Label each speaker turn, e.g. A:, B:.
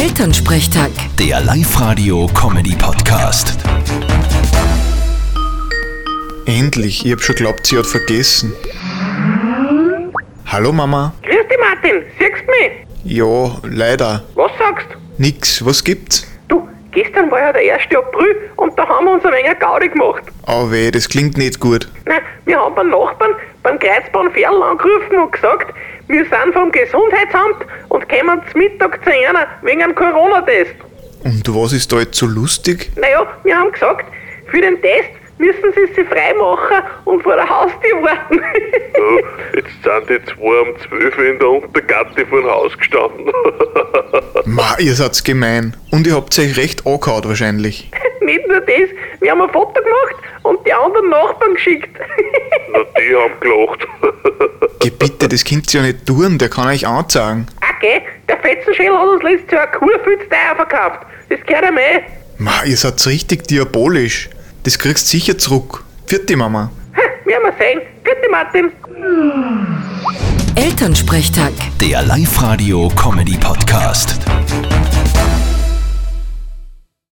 A: Elternsprechtag.
B: Der Live-Radio-Comedy-Podcast.
C: Endlich, ich hab schon glaubt, sie hat vergessen. Hallo Mama.
D: Grüß dich, Martin. Siehst du mich?
C: Ja, leider.
D: Was sagst
C: Nix, was gibt's?
D: du? Gestern war ja der 1. April und da haben wir uns ein wenig Gaudi gemacht.
C: Oh weh, das klingt nicht gut.
D: Nein, wir haben beim Nachbarn beim Kreuzbahnferl angerufen und gesagt, wir sind vom Gesundheitsamt und kommen zum Mittag zu einer wegen einem Corona-Test.
C: Und was ist da jetzt so lustig?
D: Naja, wir haben gesagt, für den Test müssen sie sich frei machen und vor der Haustür warten.
E: Ja, Jetzt sind die zwei um 12 Uhr in der Untergatte vor dem Haus gestanden.
C: Ma, ihr seid gemein. Und ihr habt euch recht angehaut wahrscheinlich.
D: Nicht nur das, wir haben ein Foto gemacht und die anderen Nachbarn geschickt.
E: Na, die haben gelacht.
C: Geh bitte, das könnt ihr ja nicht tun, der kann euch anzeigen.
D: Okay, der Fetzenschäl hat uns letztes Jahr Kur viel zu teuer verkauft. Das gehört ihm eh.
C: Ma, ihr seid richtig diabolisch. Das kriegst sicher zurück. Vierte Mama.
D: Werden wir sehen. Bitte, Martin.
A: Elternsprechtag.
B: Der Live-Radio-Comedy-Podcast.